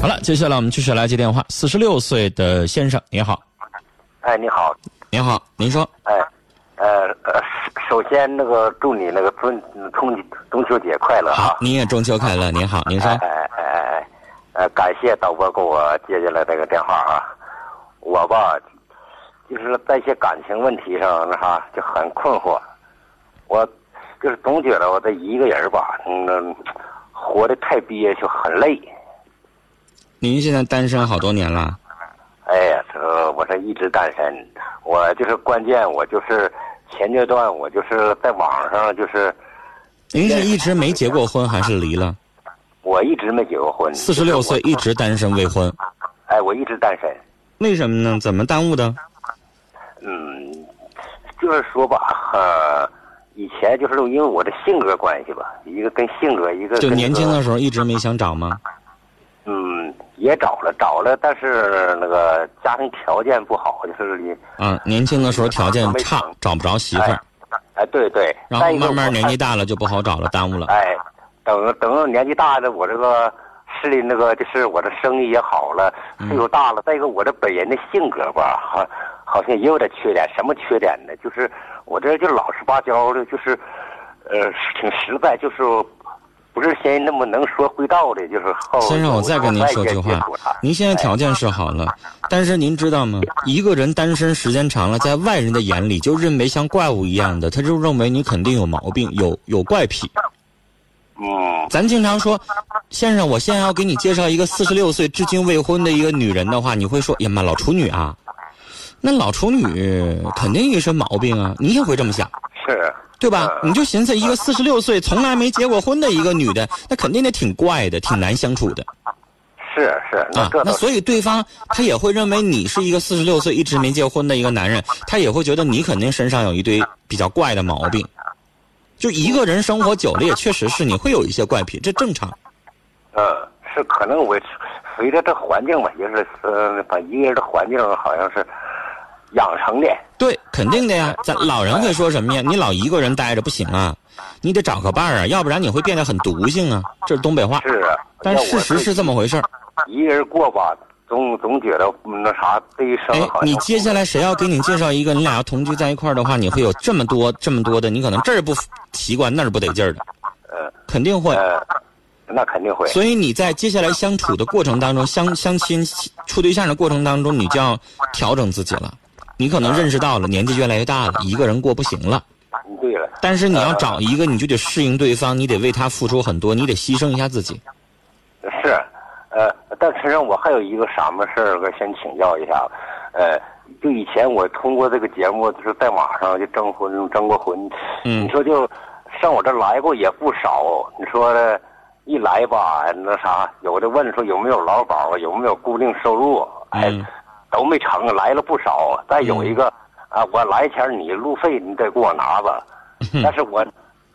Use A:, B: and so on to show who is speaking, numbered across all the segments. A: 好了，接下来我们继续来接电话。四十六岁的先生，您好，
B: 哎，你好，
A: 您好，您说，
B: 哎，呃，呃首先那个祝你那个中中中秋节快乐
A: 好
B: 啊，！
A: 您也中秋快乐，您好，您说
B: 哎，哎哎哎，呃，感谢导播给我接下来这个电话啊。我吧，就是在一些感情问题上那啥就很困惑，我就是总觉得我这一个人吧，嗯，活得太憋屈，很累。
A: 您现在单身好多年了，
B: 哎呀，这个我这一直单身，我就是关键，我就是前阶段我就是在网上就是
A: 您是一直没结过婚还是离了？
B: 我一直没结过婚，
A: 四十六岁一直单身未婚，
B: 哎，我一直单身，
A: 为什么呢？怎么耽误的？
B: 嗯，就是说吧，呃，以前就是因为我的性格关系吧，一个跟性格，一个
A: 就
B: 跟
A: 年轻
B: 那个
A: 的时候一直没想找吗？
B: 嗯，也找了找了，但是那个家庭条件不好，就是你
A: 啊，年轻的时候条件差，找不着媳妇
B: 哎
A: 儿，，
B: 哎，对对，
A: 然
B: 再
A: 后
B: 一个
A: 慢慢
B: 我
A: 年纪大了就不好找了，耽误了。
B: 哎，等等年纪大了，我这个视力那个就是我这生意也好了，
A: 嗯
B: 岁数大了，再一个我这本人的性格吧，好，好像也有点缺点。什么缺点呢？就是我这就老实巴交的，就是，呃，挺实在，就是不是先那么能说会道的，就是后。
A: 先生，我再跟您说句话，您现在条件是好了，但是您知道吗？一个人单身时间长了，在外人的眼里就认为像怪物一样的，他就认为你肯定有毛病，有有怪癖。
B: 嗯，
A: 咱经常说，先生，我现在要给你介绍一个四十六岁至今未婚的一个女人的话，你会说，哎呀妈，老处女啊，那老处女肯定也是毛病啊，你也会这么想。
B: 是，
A: 对吧？你就寻思一个四十六岁从来没结过婚的一个女的，那肯定得挺怪的，挺难相处的
B: 是是，那
A: 啊
B: 这。
A: 那
B: 倒是
A: 所以对方他也会认为你是一个四十六岁一直没结婚的一个男人，他也会觉得你肯定身上有一堆比较怪的毛病。就一个人生活久了，也确实是你会有一些怪癖，这正常。
B: 嗯，是可能我随着这环境吧，也是呃，把一个人的环境好像是养成的。
A: 对，肯定的呀。咱老人会说什么呀？你老一个人待着不行啊，你得找个伴儿啊，要不然你会变得很毒性啊。这是东北话，
B: 是啊，
A: 但事实是这么回事儿。
B: 一个人过吧，总总觉得嗯那啥，这一生
A: 哎
B: 好，像
A: 你接下来谁要给你介绍一个，你俩要同居在一块儿的话，你会有这么多这么多的，你可能这儿不习惯，那儿不得劲儿的，
B: 呃
A: 肯定会。
B: 呃，那肯定会
A: 所以你在接下来相处的过程当中，相相亲处对象的过程当中，你就要调整自己了。你可能认识到了，年纪越来越大了，一个人过不行了。
B: 嗯对了，
A: 但是你要找一个，你就得适应对方，你得为他付出很多，你得牺牲一下自己。
B: 是，呃，但实际上我还有一个什么事儿，我先请教一下，呃。就以前我通过这个节目，就是在网上就征婚征过婚，
A: 嗯
B: 你说就上我这来过也不少，你说一来吧，那啥，有的问说有没有劳保啊，有没有固定收入，哎，
A: 嗯
B: 都没成，来了不少。再有一个、啊，我来前儿你路费你得给我拿吧，但是我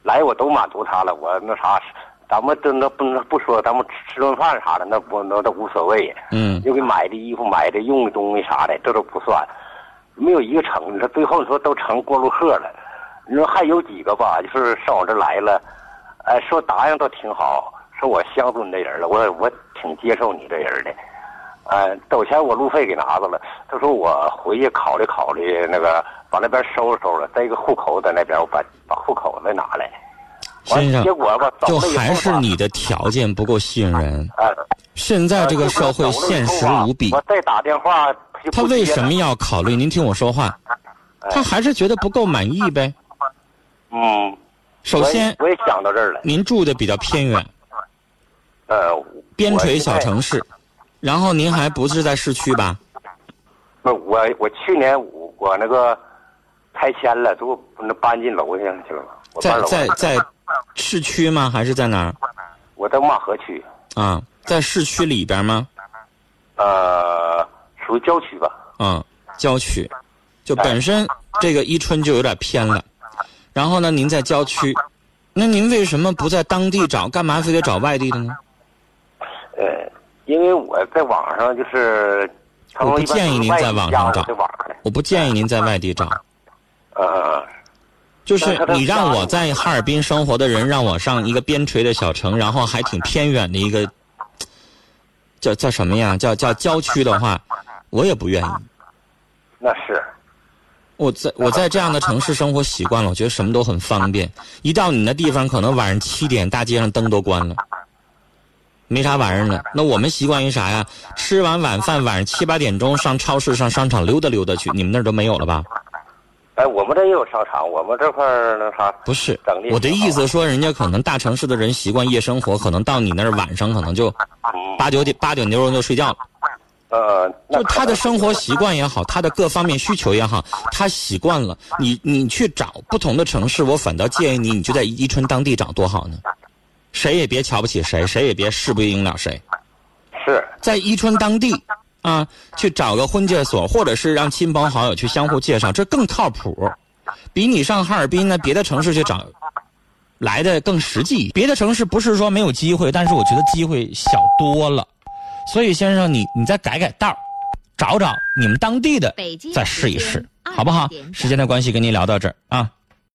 B: 来我都满足他了，我那啥，咱们真的不能不说，咱们吃吃顿饭啥的，那不那都无所谓。
A: 嗯，
B: 又给买的衣服、买的用的东西啥的，这都不算，没有一个成。你说最后你说都成过路客了，你说还有几个吧？就是上我这来了，哎，说答应倒挺好，说我相中你这人了，我我挺接受你这人的，哎，走前我路费给拿着了，他说我回去考虑考虑那个，把那边收拾收拾，再一个户口在那边，我把把户口再拿来。完
A: 先生
B: 结果吧，走
A: 就
B: 了以后
A: 还是
B: 吧
A: 你的条件不够吸引人。
B: 哎
A: 现在这个社会现实无比
B: 我，再打电话，就
A: 他
B: 不接
A: 为什
B: 了
A: 么要考虑？您听我说话，他还是觉得不够满意呗。
B: 嗯，
A: 首先，
B: 我也我也想到这儿了。
A: 您住的比较偏远，
B: 呃，
A: 边陲小
B: 我
A: 城市，然后您还不是在市区吧？
B: 现在。不是我，我去年我我那个拆迁了，都那搬进楼下去了。我搬
A: 在
B: 楼了
A: 在在市区吗？还是在哪儿
B: 我在马河区，
A: 啊？在市区里边吗？
B: 呃，属于郊区吧。
A: 啊，郊区，就本身这个伊春就有点偏了。然后呢，您在郊区，那您为什么不在当地找？干嘛非得找外地的呢？
B: 呃，因为我在网上就是，他们
A: 我不
B: 一般
A: 建议
B: 都
A: 您
B: 是外地
A: 在网
B: 加
A: 上
B: 我
A: 找
B: 这网上的，
A: 我不建议您在外地找。
B: 呃，
A: 就是你让我在哈尔滨生活的人，让我上一个边陲的小城，然后还挺偏远的一个，叫叫什么呀？叫叫郊区的话，我也不愿意。
B: 那是，
A: 我在我在这样的城市生活习惯了，我觉得什么都很方便。一到你那地方，可能晚上七点，大街上灯都关了，没啥玩意儿了。那我们习惯于啥呀？吃完晚饭，晚上七八点钟上超市、上商场溜达溜达去。你们那儿都没有了吧？
B: 哎，我们这也有商场，我们这块儿那啥，
A: 不是
B: 整理，
A: 我的意思说，人家可能大城市的人习惯夜生活，可能到你那儿晚上可能就
B: 嗯
A: 八九点八九点钟就睡觉了。
B: 呃，那
A: 就他的生活习惯也好，他的各方面需求也好，他习惯了。你你去找不同的城市，我反倒建议你，你就在伊春当地找多好呢。谁也别瞧不起谁，谁也别势不应了谁。
B: 是
A: 在伊春当地啊，去找个婚介所，或者是让亲朋好友去相互介绍，这更靠谱，比你上哈尔滨呢别的城市去找来的更实际。别的城市不是说没有机会，但是我觉得机会小多了。所以先生，你你再改改道儿，找找你们当地的
C: 北京，
A: 再试一试，好不好？时间的关系，跟您聊到这儿啊。